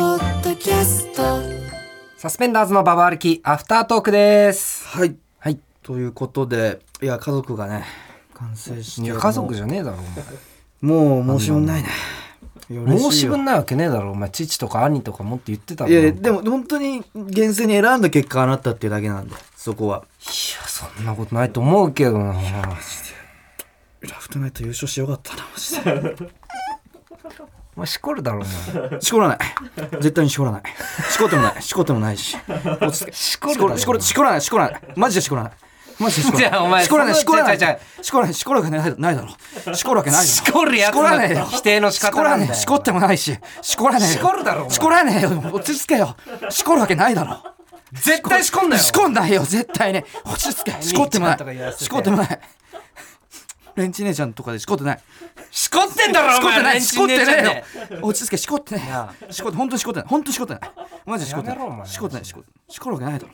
キャストサスペンダーズのババ歩きアフタートークです。はい。はい。ということで、いや、家族がね、完成して。いや家族じゃゃねえだろもう申し分ないね。いやお前。嬉しいよ申し分ないわけねえだろお前父とか兄とかもって言ってたもんいやいや、でも本当に厳正に選んだ結果あなったっていうだけなんで、そこは。そんなことないと思うけどな。ラフトナイト優勝してよかったな、マジで。お前しこるだろお前。しこらない。絶対にしこらない。しこってもない。しこってもないし。落ち着けししこるこらしこらしこらない。しこらない。マジでしこらない。マジでしこらじゃあおない。前しこらない。そしこのらない。違う違う違しこらない。しこるわけないないだろ。しこるわけないだろ。しこるやつのしこらないよ否定の仕方しこらなんだない。よしこってもないし。しこらないよ。しこるだろお前しこらねえよ。落ち着けよ。しこるわけないだろ。絶対しこんなよ。しこんないよ、絶対ね。落ち着け。しこっても兄なちゃんとか言わい。せてしこってもない。レンチ姉ちゃんとかでしこってない。しこってんだろしおこってな前。い。しこってレンチンな姉いちよ。落ち着け、しこってないな。しこって、本当にしこってない。本当にしこってない。マジでしこってやめろおな前い。しこってない、しこってない。しこるわけないだろ。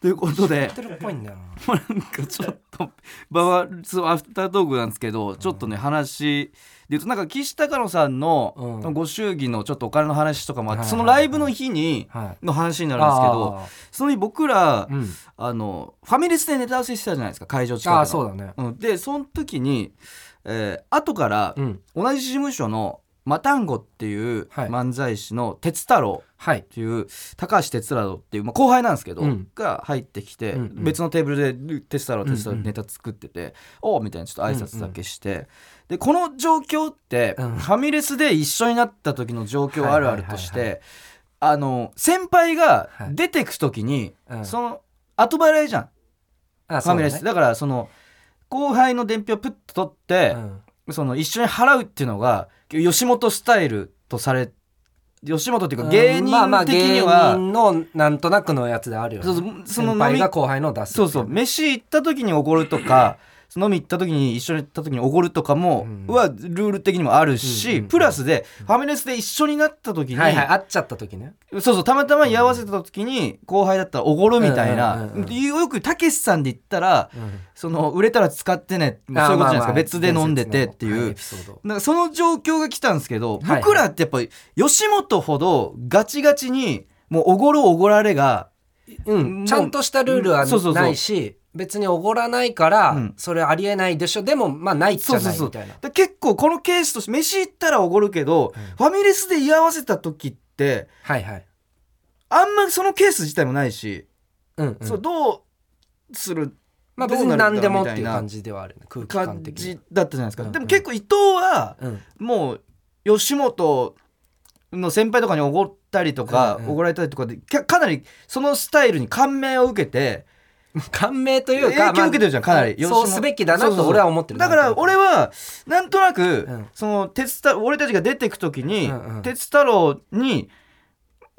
ということでゃん。知ってるっぽいんだよな。もうなんかちょっとババそうアフタートークなんですけどちょっとね話で言うとなんか岸高野さんのうんご祝儀のちょっとお金の話とかもあっはていそのライブの日にはの話になるんですけあどーその日僕らうん。あのファミレスでネタ合わせしてたじゃないですか会場近くのああそうだね。うん、でその時に、えー後からうん。同じ事務所のマタンゴっていうはい漫才師の鉄太郎はいっ。ていう高橋哲郎っていう、まあ、後輩なんですけど、うんが入ってきて、うんうん別のテーブルで哲太郎哲太う郎んうんネタ作ってて「おうみたいなちょっと挨拶だけして、でこの状況って、うんファミレスで一緒になった時の状況あるあるとして、はいはあの先輩がはい出てく時に、うんその後払いじゃんあファミレスだ,、。からその後輩の伝票プッと取ってそ、うだねその一緒に払うっていうのが吉本スタイルとされ吉本っていううかん芸人まあまあ的に芸は、人のなんとなくのやつであるよね。そうそうその先飲輩みが後輩のを出すっていそうそう飯行った時におごると か飲み行った時に一緒に行った時におごるとかもうんはルール的にもあるうんうんし、うんプラスでファミレスで一緒になった時に、はいはい会っちゃった時ねそうそうたまたま居合わせた時に後輩だったらおごるみたいな、うんうんうんうんでよくたけしさんで言ったらその売れたら使ってねそういうことじゃないですか、あまあまあ別で飲んでてっていう、はいエピソードなんかその状況が来たんですけど、はい僕らってやっぱり吉本ほどガチガチにもうおごるおごられがうん、ちゃんとしたルールはうんそうそうそうないし別におごらないから、うんそれありえないでしょでもまあないじゃそうないそうそうみたいなで結構このケースとして飯行ったらおごるけど、ファミレスで居合わせた時ってはいはい、あんまそのケース自体もないし、うんうんそうどうするまあど別うなに何るんだでもっていみうたいな感じではあるね空気感感的にじ、だったじゃないですか、うんでも結構伊藤はうん、もう吉本の先輩とかにおごったりとかうんうんおごられたりとかでかかなりそのスタイルに感銘を受けて感銘というか影響受けてるじゃんかなりまあそうすべきだなと俺は思ってるだから俺はなんとなく、うんその鉄太俺たちが出てく時に、うんうん鉄太郎に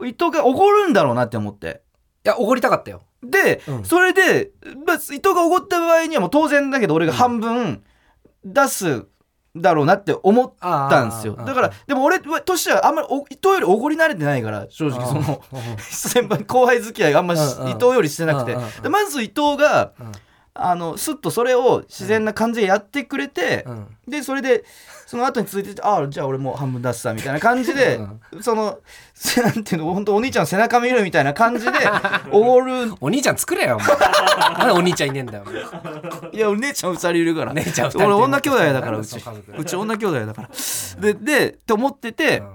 伊藤がおごるんだろうなって思っていやおごりたかったよで、うんそれで、まあ、伊藤がおごった場合にはもう当然だけど俺が半分出すだろうなって思っあたんですよだからでも俺はとしてはあんまりお伊藤よりおごり慣れてないから正直その先輩後輩付き合いあんましうんうん伊藤よりしてなくてうんうんうんでまず伊藤がうんあのすっとそれを自然な感じでやってくれて、うんでそれでその後に続いててああじゃあ俺もう半分出すさみたいな感じで、そのせなんていうの本当お兄ちゃんの背中見るみたいな感じでおごるお兄ちゃん作れよお 前なんでお兄ちゃんいねえんだよお前いやお姉ちゃん2人いるから姉ちゃん二人俺女兄弟だからうちなんでその家族うち女兄弟だからででって思っててう、ん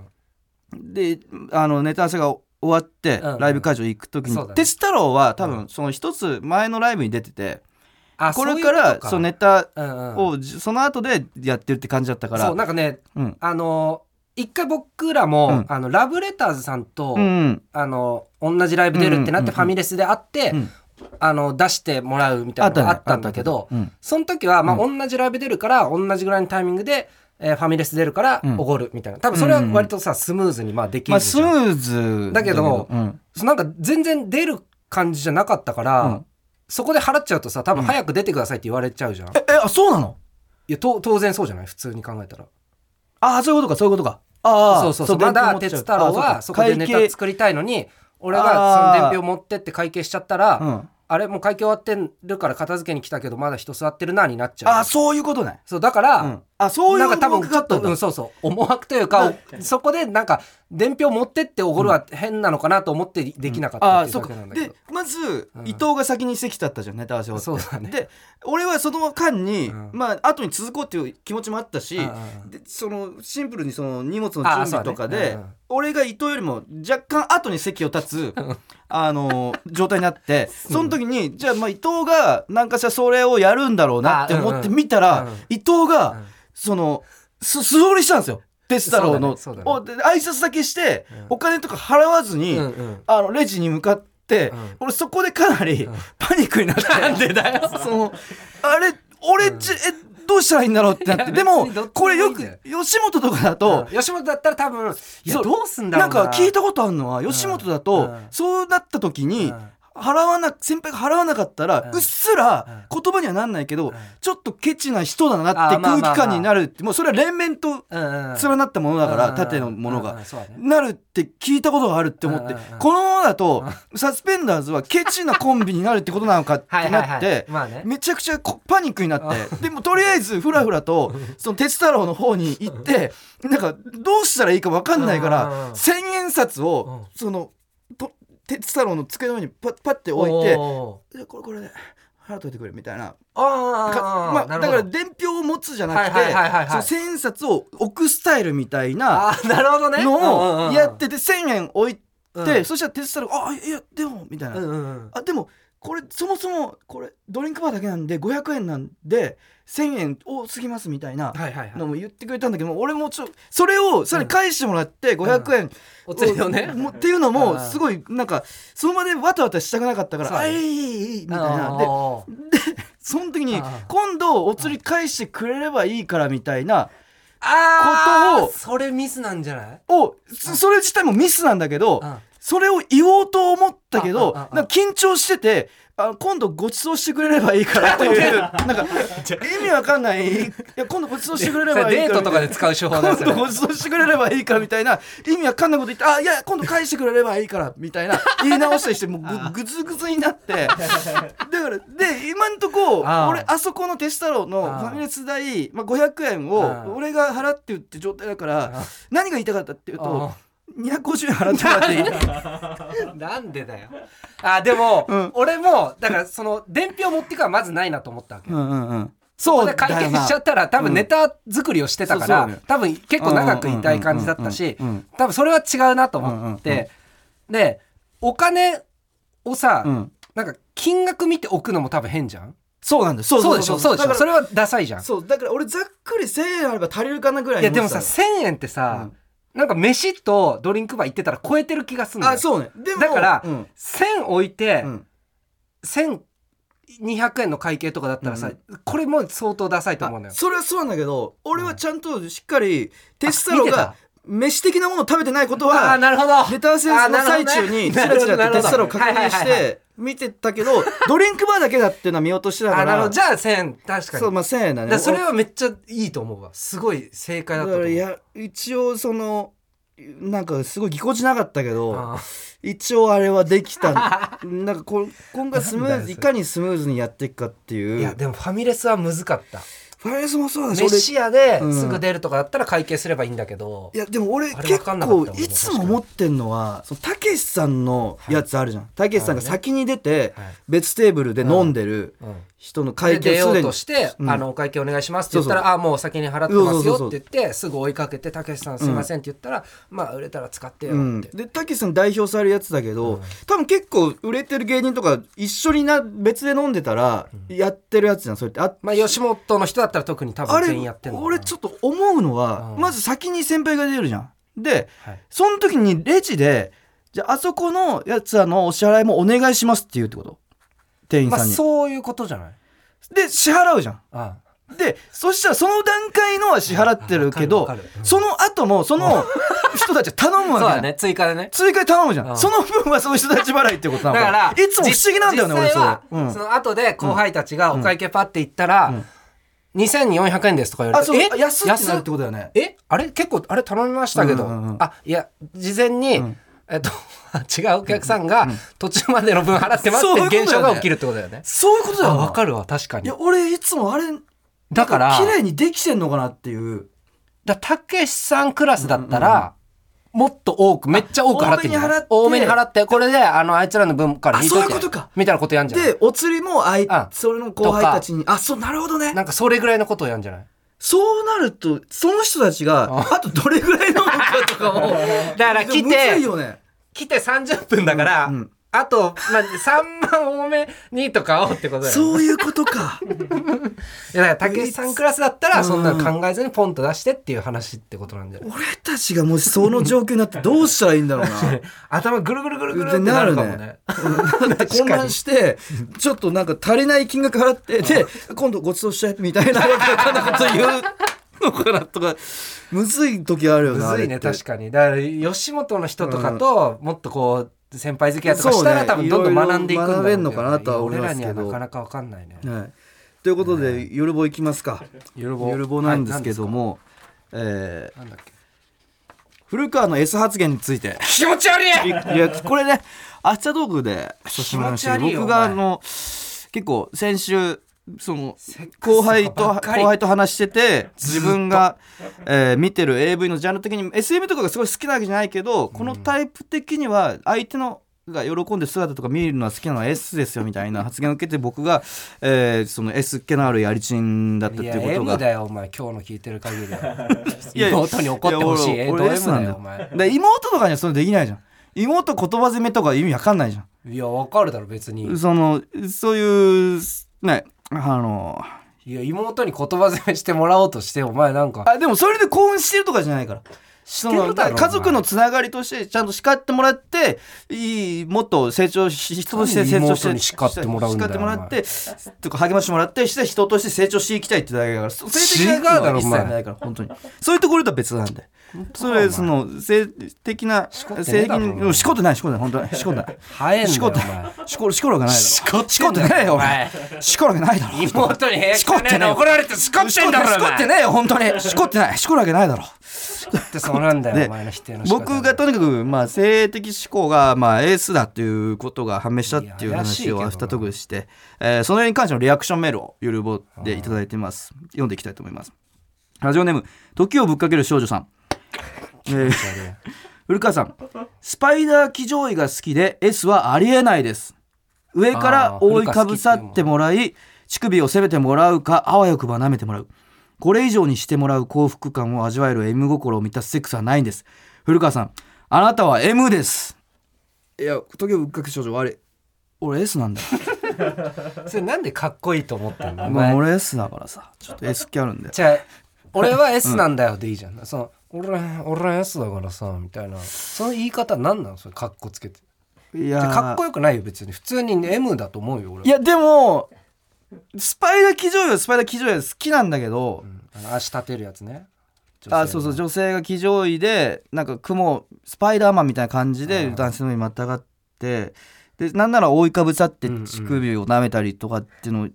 であのネタ合わせが終わって、うんうんライブ会場行く時にそうだ哲、ね太郎は多う分その一つ前のライブに出てて、あこれからそそうのいうネタことうんうんをじその後でやってるって感じだったからそうなんかねうんあの一回僕らも、うんあのラブレターズさんと、うんあの同じライブ出るってなうんうんうんっうてんファミレスで会って、うんあの出してもらうみたいなのがあったんだけど、うんその時は、まあ、同じライブ出るから同じぐらいのタイミングで、えーファミレス出るからうんおごるみたいな多分それは割とさスムーズにまあできるまあじスゃん、ムーズだけどうんそうなんか全然出る感じじゃなかったから、うんそこで払っちゃうとさ多分早く出てくださいって言われちゃうじゃん、いええあそうなのやと当然そうじゃない普通に考えたらああそういうことかそういうことかああそうそうそうまだ哲太郎はそこでネタ作りたいのに俺がその伝票持ってって会計しちゃったら、うんあれもう会計終わってるから片付けに来たけどまだ人座ってるなになっちゃうああそういうことねそうだから、うんあそういなうかん多思分ちょ惑があっったと、んうだん、そうそう思惑というか、はいおそこでなんか伝票持ってっておごるは変なのかなと思ってできなかったあっーていそううだかけなんだけでど、まず、うん伊藤が先に席立ったじゃんネタ合わせ終わってそうだねで俺はその間に、うんまあ後に続こうっていう気持ちもあったし、うんうんうんでそのシンプルにその荷物のあ準そうだ備ねとかで、うんうん俺が伊藤よりも若干後に席を 立つあの状態になってその時にじゃあまあ伊藤が何かしらそれをやるんだろうなって思って見たら、あうんうんうん伊藤が、うんそのす素通りしたんですよ哲太郎の、そうだねそおうで挨拶だけして、お金とか払わずに、うんうんあのレジに向かって、うん俺そこでかなりパニックになって、そのあれ俺じ、えどうしたらいいんだろうってなっていやでも別にどっちでもこれよくいいんだよ吉本とかだと、吉本だったら多分いやそうどうすんだろなうんなか聞いたことあるのは吉本だと、うんそうなった時に、うん払わな先輩が払わなかったら、ううんっすら言葉にはなんないけんど、ちょっとケチな人だなっあてまあ空まあ気感になるってもうそれは連綿とうんうん連なったものだから、うんうん縦のものが、うんうんそうだねなるって聞いたことがあるって思って、うんうんうんこのままだと、サスペンダーズはケチなコンビになるってことなのかって はいはいなはっいて、まあねめちゃくちゃこパニックになってでもとりあえずふらふらとその鉄太郎の方に行ってなんかどうしたらいいか分かんないかうんうんうんら千円札をそのと鉄太郎の机の上にパッパッて置いてお「いやこれこれで払っといてくれ」みたいなーあかーまあ、なだるほどから伝票を持つじゃなくて、はいはいはいはいはいその千円札を置くスタイルみたいなあーなるほどねのをやってて千円置いて、うんそしたら鉄太郎が「あいやでも」みたいな、うんうんうんあでもこれそもそもこれドリンクバーだけなんで500円なんで1,000円多すぎますみたいなはいはいはいのも言ってくれたんだけども俺もちょそれをさらに返してもらって500円、お釣りをねもっていうのうんもすごいなんかその場でわたわたしたくなかったかそうら「だあねいいいいいい」みたいな。であーその時うにん今度お釣り返してくれればいいからみたいなあーことをそれミスなんじゃないをそそれ自体もミスなんだけどうんそれを言おうと思ったけどああああなんか緊張しててあ今度ご馳走してくれればいいからって いうなんか意味わかんないいや今度ご馳走してくれればいいデーからトとみたいかなで使う手法なん今ですよ度ねご馳走してくれればいいからみたいな意味わかんないこと言ってあいや今度返してくれればいいからみた いな言い直したりしてもうぐぐずぐずになってだからで今んとこあー俺あそこの手下郎のフあーァミレス代、まあ、500円あーを俺が払ってるって状態だから何が言いたかったっていうとう250円払ってもらっていいんなんでだよあでもうん俺もだからその伝票持ってくはまずないなと思ったわけうんうんうんこそこで解決しちゃったら多分ネタ作りをしてたかうんらそう多分結構長くいたい感じだったしうんうんうんうん多分それは違うなと思ってでお金をさうんなんか金額見ておくのも多分変じゃんそうなんだよそうそうでしょそうでしだょかそられはダサいじゃんそうだから俺ざっくり1000円あれば足りるかなぐらいいにや思でもってさたの1000円ってさなんか飯とドリンクバー行ってたら超えてる気がするんだよあそうねでもだからうん1000置いてうん1200円の会計とかだったらさこれもう相当ダサいと思うのあよそれはそうなんだけど俺はちゃんとしっかりテスタあロ見てたが飯的なものを食べてないこあとあはなるほどネタ合わせのあーなるほどね最中にチラチなラるほどとテスタロを確はいはいは認しいはいて見てたけどドリンクバーだけだっていうのは見落としてたかあなるほらどじゃあ1000円確かにそうまあ1000円だだねからそれはめっちゃいいと思うわすごい正解だだったと思からいうや一応そのなんかすごいぎこちなかったけどあ一応あれはで きたなんかこ今後はスなんムーだよそれズいかにスムーズにやっていくかっていーういやでもファミレスは難かったファイレスもそうだし俺飯屋ですぐ出るとかだったら会計すればいいんだけどいやでも俺あれわ結かんなかった構もんいつも思ってんのはそのたけしさんのやつあるじゃんたけしさんが先に出てはい別テーブルで飲んでるうん人ので会出計よすうでにとして、うんあの、お会計お願いしますって言ったら、そうああ、もうお先に払ってますよそうそうそうって言って、すぐ追いかけて、たけしさんすいませんって言ったら、まあ、売れたら使ってようって。んでたけしさん代表されるやつだけうどん多分結構売れてる芸人とか一緒にな別で飲んでたらやってるやつじゃんそれってあまあ、吉本の人だったら特に多あ分れ全員やってるのかな俺ちょっと思うのはうんまず先に先輩が出るじゃんではいその時にレジでじゃああそこのやつあのお支払いもお願いしますって言うってこと店員まあ、さんにそういうことじゃないで支払うじゃんあでそしたらその段階のは支払ってるけうんわどかるわかるうんその後もその人たちは頼むあ。そうわけじゃだん、ね、追加でね。追加で頼むじゃん、うんその分はその人たち払いってことなだのから、いつも不思議なんだよね実俺実際は、それ、うんその後で後輩たちがお会計パって行ったら、2400円ですとか言わあれて、そうえ安ってなる安ってことだよねえあれ結構あれ頼みましたけど、うんうんうんあいや事前に、んえっと 違うお客さんが途中までの分払ってますそういうっことてだよ現ね象が起きるってことだよね。そういうことだよあわかるるわ確かいにや。俺いつもあれだから綺麗にできてんのかなっていうだたけしさんクラスだったら、もっと多くめっちゃ多く払ってんじゃない多めに払って多めに払ってこれであのあいつらの分からあ引いといてそういうことかみたいなことやんじゃないでお釣りもあいあそれの後輩たちにあそうなるほどね なんかそれぐらいのことをやんじゃないそうなるとその人たちがあとどれぐらい飲むかとか もだから来てむずいよね来て30分だから、うんうんあと、まあ、3万多めにとかをってことだよねそういうこと かいやだから武井さんクラスだったらそんなの考えずにポンと出してっていう話ってことなんじゃ ない俺たちがもしその状況になってどうしたらいいんだろうな頭ぐるぐるぐるぐるってなるかもねなる だって混乱してちょっとなんか足りない金額払ってで今度ごちそうしちゃえみたいなこんなこと言うのかなとかむずい時あるよむなずいねあれって確かにだから吉本の人とかともっとこう先輩付き合いとかしたそうらね多分どんどん学んでいくんだろうけどいろいろ学べんのかなとは思いますけど俺らにはなかなか分かんないねはい、ということで、夜棒いきますかゆる夜棒なんですけども、えーなんだっけ古川の S 発言について気持ち悪い いやこれねアッチャトークで久しぶりに話したけど気持ち悪いよ僕がおあ前の結構先週そのセックス後輩とばっ後かり輩と話してて自分が、えー見てる AV のジャンル的に SM とかがすごい好きなわけじゃないけどこのタイプ的には相手のが喜んでる姿とか見るのは好きなのは S ですよみたいな発言を受けて僕が、えーその S っ気のあるやりちんだったっいていやうこと M がだよお前今日の聞いてる限りは いやいや妹に怒ってほしいいやえ俺ど俺 M ですなだんだよよお前で妹とかにはそれできないじゃん妹言葉攻めとか意味わかんないじゃいや分かるだろ別にんそのそういうねあのいや妹に言葉攻めしてもらおうとしてお前なんかあでもそれで幸運してるとかじゃないからそしてのるだろ家族おの前つながりとしてちゃんと叱ってもらっていいもっと成長し人として成長してなんで妹に叱ってもらうんだよ叱ってもらってとか励ましてもらってして人として成長していきたいってだけだからそ性的な違うだろのは一切お前ないから本当にそういうところとは別なんでそおれ前その性的なしこってね性え的だろにうんしこってないしこってない本当にしこって ない早えんだしこよっおて前しこしころがないだろしこってんだよこってないよお前しころがないだろ妹にしこってねえよ怒られてしこってんだからしこってねえよ本 当にしこってないしこるわけないだろってそうなんだでよお前の否定の仕方僕がとにかく、まあ、性的指向が、まあ、エースだっていうことが判明したっていういや怪しい話けどをなアフタートークでして、えーその辺に関してのリアクションメールをゆるぼでいただいてます読んでいきたいと思いますラジオネーム時をぶっかける少女さん、えー古川さんスパイダー騎乗位が好きで S はありえないです上から覆いかぶさってもらい乳首を責めてもらうかあわよくば舐めてもらうこれ以上にしてもらう幸福感を味わえる M 心を満たすセックスはないんです古川さんあなたは M ですいや時をぶっかけ少女悪い俺 S なんだよ、それなんでかっこいいと思ってんの おまあ、前俺 S だからさちょっと S 気あるんでじゃあ俺は S なんだよでいいじゃん、その俺は俺は S だからさみたいなその言い方なんなのそれかっこつけていじやゃあかっこよくないよ別に普通に M だと思うよ俺はいやでもスパイダー騎乗位はスパイダー騎乗位は好きなんだけど、あの足立てるやつねあそうそう女性が騎乗位でなんか雲スパイダーマンみたいな感じでうん男性の上にまたがってでなんなら覆いかぶさってうんうん乳首を舐めたりとかっていうの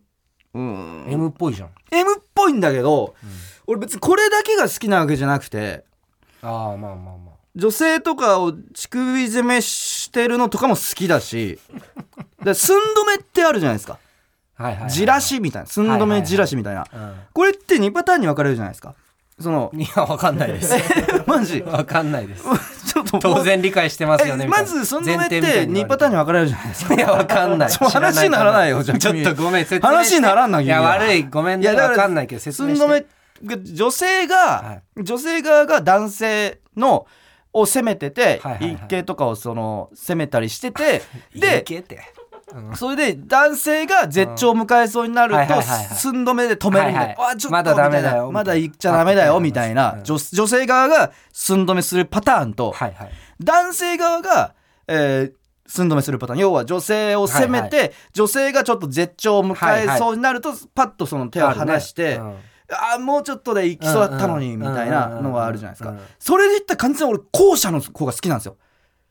うん、 M っぽいじゃん M っぽいんだけど、俺別にこれだけが好きなわけじゃなくてああまあまあまあ女性とかを乳首攻めしてるのとかも好きだ しで寸止めってあるじゃないですかはいはいはい、じらしみたいな寸止めじらしみたいな、うこれって2パターンに分かれるじゃないですかそ のん、いやわかんないですマジ わかんないですちょっと当然理解してますよねえみたいまなずその止めっ前提みたていに言2われパターンに分かれるじゃないですかいやわかんない そう知ら話にならないよじゃあちょっ君とごめん説明して話にならんないいや悪いごめんねわかんないけど説明して寸止めが女性が、は女性側が男性のを責めてて、はいはいはい一系とかをその責めたりし ててででそれで男性が絶頂を迎えそうになるはいはいとはいはい寸止めで止めるみたいな、はいはいあちょっとまだダメだよみたみたいないなまだ行っちゃダメだよみたいなうん女女性側が寸止めするパターンと、はいはい男性側が、えー寸止めするパターン要は女性を責めて、は女性がちょっと絶頂を迎えそうになると、パッとその手を離して、あるねあーもうちょっとで行きそうだったのに、うんみたいなのがあるじゃないですか、うんうんそれで言ったら完全に俺後者の方が好きなんですよ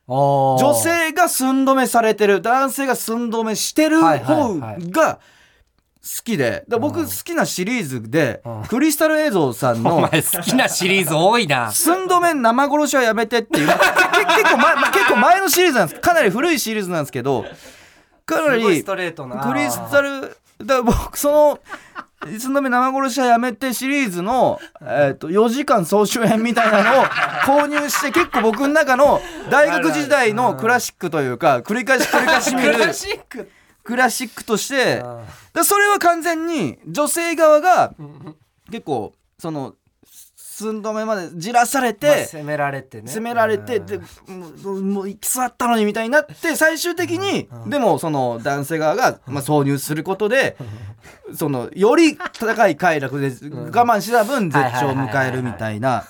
うんおー女性が寸止めされてる男性が寸止めしてるはいはい方はいが好きでだから僕うん好きなシリーズで、うんクリスタル映像さん おの前好きなシリーズ多いな寸止め生殺しはやめてっていうけ結構前、まあ結構前のシリーズなんですかなり古いシリーズなんですけどかなすごいりストレートなクリスタルだから僕その「いつの目生殺しはやめて」シリーズの、えー、と4時間総集編みたいなのを購入して結構僕の中の大学時代のクラシックというか繰り返し繰り返し見る クラシッククラシックとしてだからそれは完全に女性側が結構その寸止めまでじらされて、まあ攻められてね責められて、うんでもうもう行き座ったのにみたいになって最終的に、でもその男性側が、まあ、挿入することで、そのより高い快楽で我慢した分絶頂を迎えるみたいな。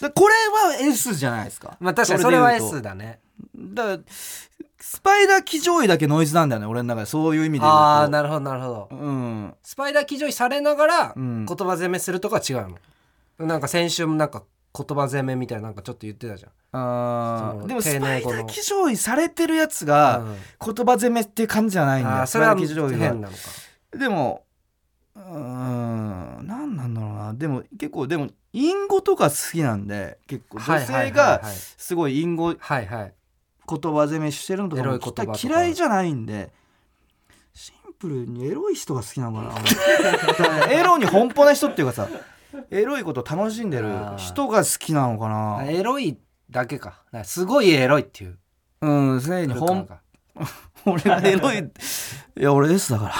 でこれは S じゃないですか。まあ確かにそれはで言うと S だねだからスパイダー騎乗位だけノイズなんだよね俺の中でそういう意味で言うと。ああーなるほどなるほどうん。スパイダー騎乗位されながらうん言葉攻めするとかは違うのなんか先週もなんか言葉攻めみたいななんかちょっと言ってたじあそーのでもス丁パ寧イダ語のー騎乗位されてるやつゃん、がうん言葉攻めって感じじゃないんだあよ。ーそれはスパイダー騎乗位変なのかでもうーん何なんだろうなでも結構でも隠語とか好きなんで結構女性がはいすごい隠語言はいはいはい葉攻めしてるのとかエロいも言葉とか嫌いじゃないんでシンプルにエロい人が好きなのかなだから エロに奔放な人っていうかさエロいことを楽しんでる人が好きなのかはいなエロいだけかなんかすごいエロいっていううん常に空間奔が俺はエロいいや俺 S だから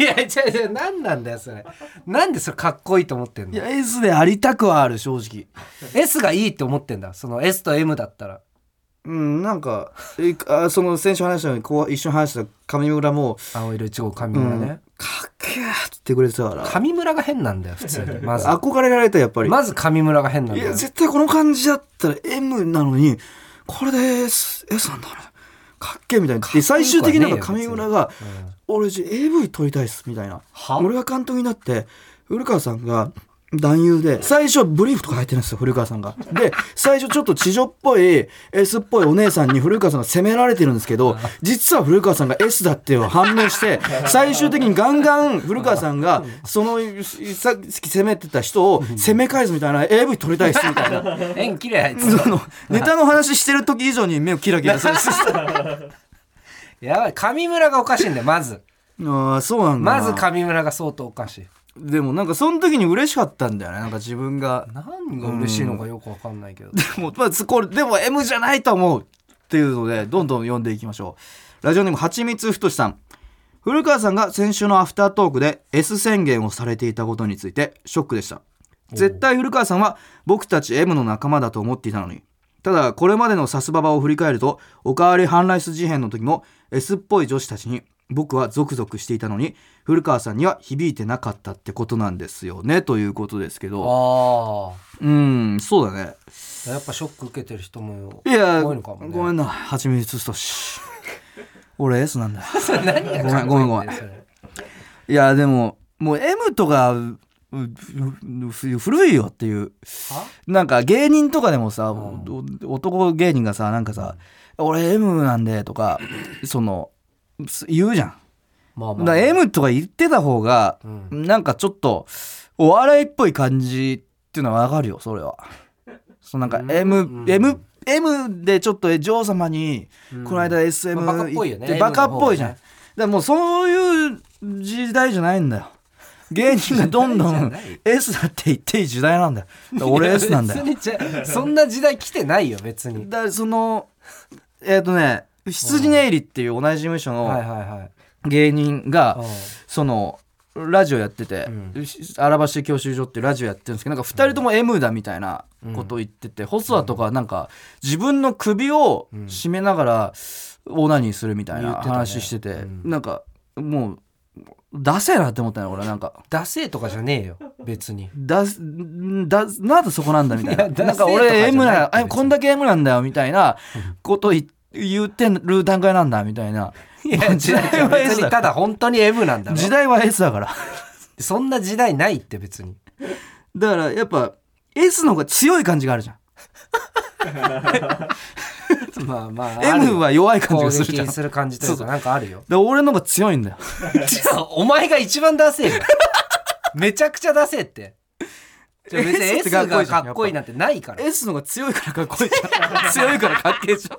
いや違う違う何なんだよそれなんでそれかっこいいと思ってんいのや S でありたくはある正直 S がいいって思ってんだその S と M だったらうん、なんか、えあその先週話したように、こう一緒に話した上村も、青色1号上う村ん、ね、かっけーって言ってくれてたから、上村が変なんだよ普通にまず憧れられた、やっぱり。まず上村が変なんいだよや、絶対この感じだったら M なのに、これで S, S なんだろうな。かっけーみたいな。で、最終的になんか上村が、俺、AV 撮りたいっす、みたいな。は俺が監督になって、古川さんが、男優で、最初ブリーフとか入ってるんですよ、古川さんが。で、最初ちょっと地女っぽい、S っぽいお姉さんに古川さんが責められてるんですけど、実は古川さんが S だっていうのを反応して、最終的にガンガン古川さんが、その、さっき責めてた人を責め返すみたいな、AV 撮りたいっす、みたいな。縁切れあいつその、ネタの話してる時以上に目をキラキラさせてた。やばい上村がおかしいんだよまずああ、そうなんだな。まず上村が相当おかしいでもなんかその時に嬉しかったんだよね。なんか自分が。何が嬉しいのかよくわかんないけどもうまあ、つこれでも M じゃないと思うっていうのでどんどん読んでいきましょうラジオネームはちみつふとしさん古川さんが先週のアフタートークで S 宣言をされていたことについてショックでした絶対古川さんは僕たち M の仲間だと思っていたのにただこれまでのサスババを振り返るとおかわりハンライス事変の時も S っぽい女子たちに僕はゾクゾクしていたのに古川さんには響いてなかったってことなんですよねということですけどあうんそうだねあやっぱショック受けてる人もいや、多いのかもねごめんな、はちみつとし。俺 S なんだよ。 それ何がかっこいいだよごめんごめんそれいや、でも、もう M とか、うううふ古いよっていう。はなんか芸人とかでもさ、んおお男芸人がさ、なんかさ、俺 M なんでとか、その、す言うじゃん。まあだから M とか言ってた方が、うんなんかちょっと、お笑いっぽい感じっていうのはわかるよ、それは。そのなんか M、うん M、M でちょっと女王様に、うんこの間 SM まあバカっぽいよね行ってバカっぽいじゃん。だ M のからもうそういう時代じゃないんだよ。芸人がどんど時代んじゃない S だって言っていい時代なんだよ。だから俺 S なんだよい。や別に違うそんな時代来てないよ別にだからその、えっ、とね、羊ネイリっていう同じ事務所はいはいのはい芸人が、うんそのラジオやってて、うんし荒橋教習所っていうラジオやってるんですけどなんか2人とも M だみたいなことを言ってて、細田とかなんか自分の首を絞めながらオナニーするみたい言っなてたね話しててうんなんかもう出せなって思ったの俺なんか。ダセーとかじゃねえよ別にだすんだなんでそこなんだみたいないや出せなんかとかじゃ俺ない M な別にあこんだけ M なんだよみたいなこと言言ってる段階なんだみたいない や時代は別 S にだただ本当に M なんだろ時代は S だからそんな時代ないって別にだからやっぱ S の方が強い感じがあるじゃんまあまあ M は弱い感じ攻がするじゃ撃んだかする感じというかなんかある よら俺の方が強いんだよお前が一番ダ セえよめちゃくちゃダセえってじゃあ別に S S ががかっこいいじゃんかっこいいなんてないから S の方が強いからかっこいいじゃん強いからかっけえじゃん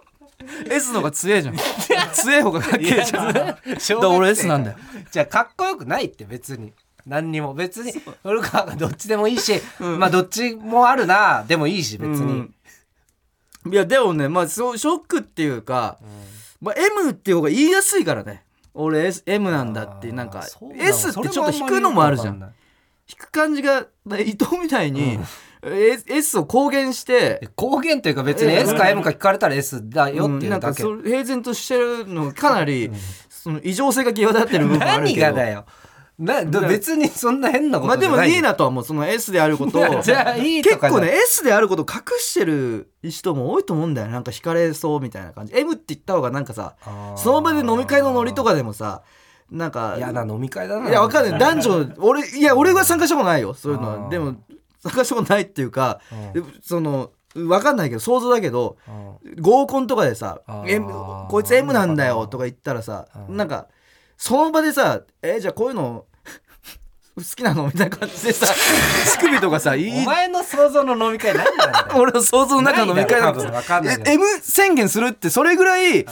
S の方が強えじゃん強え方がかっけえじゃんだか小ら学俺生 S なんだよじゃあかっこよくないって別に何にも別に古川がどっちでもいいし、まあどっちもあるなでもいいし別に、うんいやでもねまあそうショックっていうか、まあ、M っていう方が言いやすいからね俺 S M なんだってなんかあーそうなの S ってちょっと引くのもあるじゃそんれもあまりよくわかない引く感じが伊藤みたいに、S, S を公言してえ公言というか別にええ S か M か聞かれたら S だよってういんうなんかだけ、それ平然としてるのがかなり、その異常性が際立ってる部分あるけ何どがだよなどだ別にそんな変なこまあとじでゃないよ、もいいなとは思うその S であることをじゃあいいと結か構じゃねない S であることを隠してる人も多いと思うんだよねなんか惹かれそうみたいな感じ M って言った方がなんかさあーその場で飲み会のノリとかでもさなんか嫌な飲み会だないいやわかんない男女俺いや俺は参加したことないよそういうのあはーでも参加したことないっていうかそのわかんないけど想像だけど合コンとかでさあ「ー M こいつ M なんだよ」とか言ったらさうんなんかその場でさ「えじゃあこういうの 好きなの?」みたいな感じで さ乳首とかさいおい前の想像の飲み会何 なんだよ俺の想像の中の飲み会なんないだろ多分でわかんないけど M 宣言するってそれぐらい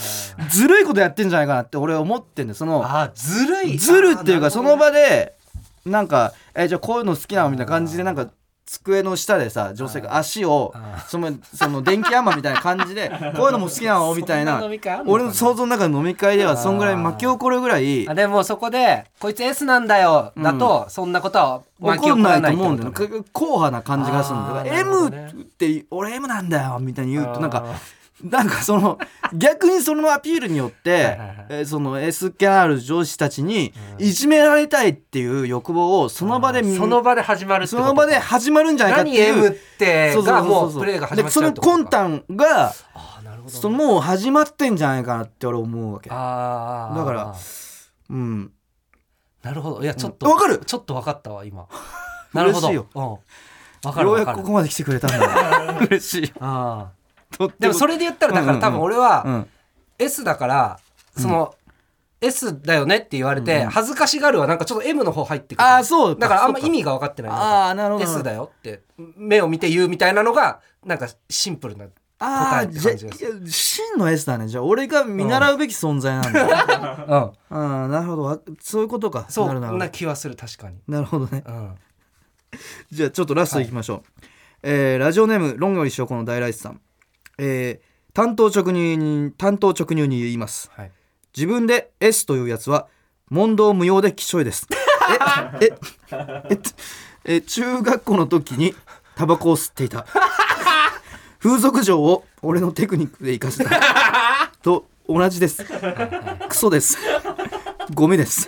ずるいことやってんじゃないかなって俺は思ってんだよそのあーずるいずるっていうあかーその場でなんか「えじゃあこういうの好きなの?」みたいな感じでなんか机の下でさ女性が足をそのその電気山みたいな感じで 「こういうのも好きなの?」みたそんいなな飲み会あんのかな俺の想像の中の飲み会ではそんぐらい巻き起こるぐらいあでもそこで「こいつ S なんだよ」だと、そんなことは起巻き起ここんならいとない思うんだっよてねことか硬派な感じがするんだよだからあーなるほどね M って俺 M なんだよみたいに言うあとーなんかなんか その逆にそのアピールによって、いはいえーその S キャラある上司たちにいじめられたいっていう欲望をその場で見その場で始まるってそことの場で始まるんじゃないかって何いう M ってそうそうがそうもそううプレーが始まっちゃうってでことその魂胆があーなるほどそのもう始まってんじゃないかなって俺思うわけあーだからあーうんなるほどいやちょっとうんわかるちょっと分かったわ今 なるほど嬉しいようん、分かるよう分やかくるここまで来てくれたんだ 嬉しいあとってーでもそれで言ったらだから多分俺は、うん S だからその、S だよねって言われて、恥ずかしがるはなんかちょっと M の方入ってくるあーそうだからあんまそう意味が分かってないあーなるほど S だよって目を見て言うみたいなのがなんかシンプルな答あえあってじゃ感じですいや真の S だねじゃあ俺が見習うべき存在な んだ、うんうん、なるほどわそういうことかそなるなるうな気はする確かになるほどねうん じゃあちょっとラストいきましょう、えーラジオネーム論より証拠の大来さんえー単刀直入に単刀直入に言いますはい自分で S というやつは問答無用で貴重いですえええっとえ中学校の時にタバコを吸っていた風俗嬢を俺のテクニックで生かせたと同じですクソですゴミです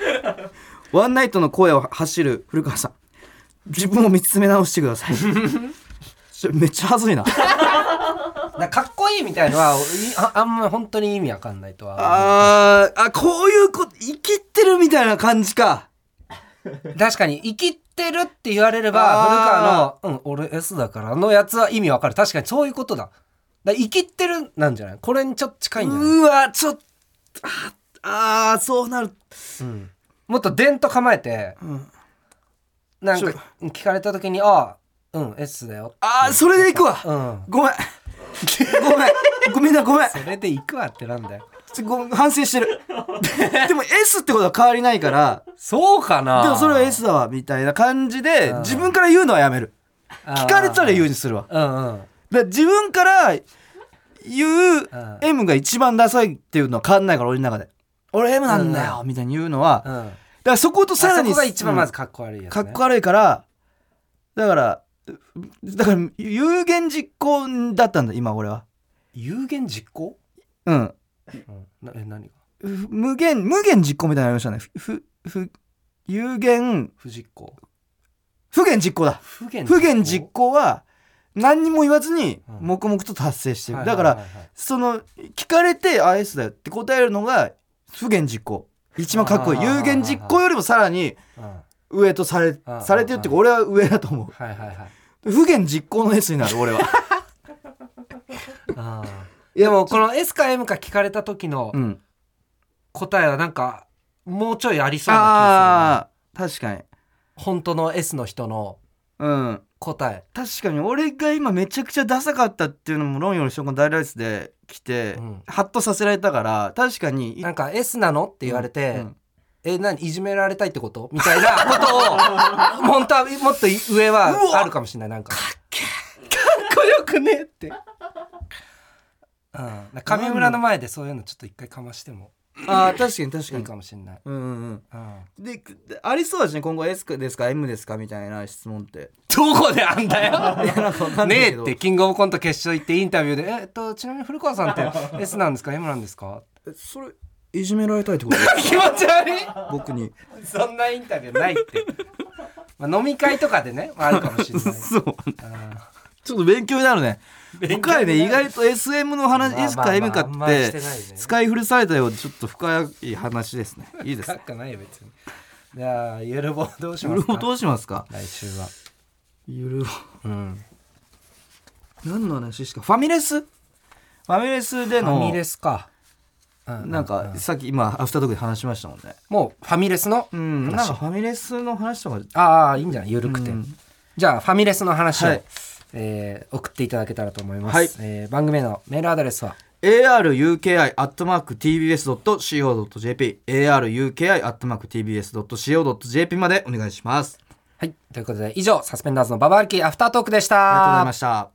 ワンナイトの声を走る古川さん自分を見つめ直してくださいちょめっちゃ恥ずいななんかかっこいいみたいのはいああんま本当に意味わかんないとはあーあこういうこと生きってるみたいな感じか確かに生きてるって言われれあば古川の「うん俺 S だから」のやつは意味わかる確かにそういうことだだ生きてるなんじゃないこれにちょっと近いんじゃないうわちょっとああーそうなるうんもっとでんと構えてんなんか聞かれた時に「ああうん S だよああそれでいくわ」うんごめんごめんごめんなごめんそれで行くわってなんだよちょごめん反省してるでも S ってことは変わりないからそうかなでもそれは S だわみたいな感じでうん自分から言うのはやめる聞かれたら言うにするわうんうんだから自分から言う M が一番ダサいっていうのは変わんないから俺の中で俺 M なんだよみたいに言うのはうだかんらそことささららににそこが一番まずうんかっこ悪いやつ、かね、っこ悪いからだからだから有言実行だったんだ今俺は有言実行、うんうん、なえ何がふ無限無限実行みたいなのありましたねふふふ有言不実行不言実行だ不言不言実行は何にも言わずにうん黙々と達成してる、はいだはいかはいらはいその聞かれて「あ S だよ」って答えるのが不言実行一番かっこいいあー有言実行よりもさらにうんは上とされあーされてるっていうか俺は上だと思いはいはいう不言実行の S になる俺 はあーでもこの S か M か聞かれた時のうん答えはなんかもうちょいありそうな気がするなああ確かに本当の S の人のううん答え確かに俺が今めちゃくちゃダサかったっていうのも「論より証拠の大ライス」で来て、うんハッとさせられたから確かになんか S なのって言われて、うんえ何いじめられたいってことみたいな ことを本当はもっと上はあるかもしれないなんかかっこよくねって、うん、上村の前でそういうのちょっと一回かましてもあー確かに確いかいにかもしれない、うんうんうんうん、でくありそうだしね今後 S ですか M ですかみたいな質問ってどこであんだよなんかわかんないねえけどってキングオブコント決勝行ってインタビューで「えっとちなみに古川さんって S なんですか M なんですか?えそれいじめられたいってことです」気持ち悪い僕にそんなインタビューないって。まあ、飲み会とかでね、まあ、あるかもしれない。 そうちょっと勉強になるね僕はね意外と SM の話まあまあまあ S か M かあんっましててないね使い古されたようでちょっと深い話です ねいいです深ねくないよ、別に。じゃあ、ゆるぼどうしゆまるすぼかどうしますか来週は。ゆるうぼん。何の話ですかファミレスファミレスでファのミレスか。ううなんかさっき今アフタートークで話しましたもんねもうファミレスの。うんなんかファミレスの話とかああ、いいんじゃないゆるくて。うんじゃあ、ファミレスの話を、はいえー送っていただけたらと思います。はいえー番組へのメールアドレスは、 aruki.tbs.co.jp aruki.tbs.co.jp までお願いしますはい。ということで、以上、サスペンダーズのババ歩きアフタートークでした。ありがとうございました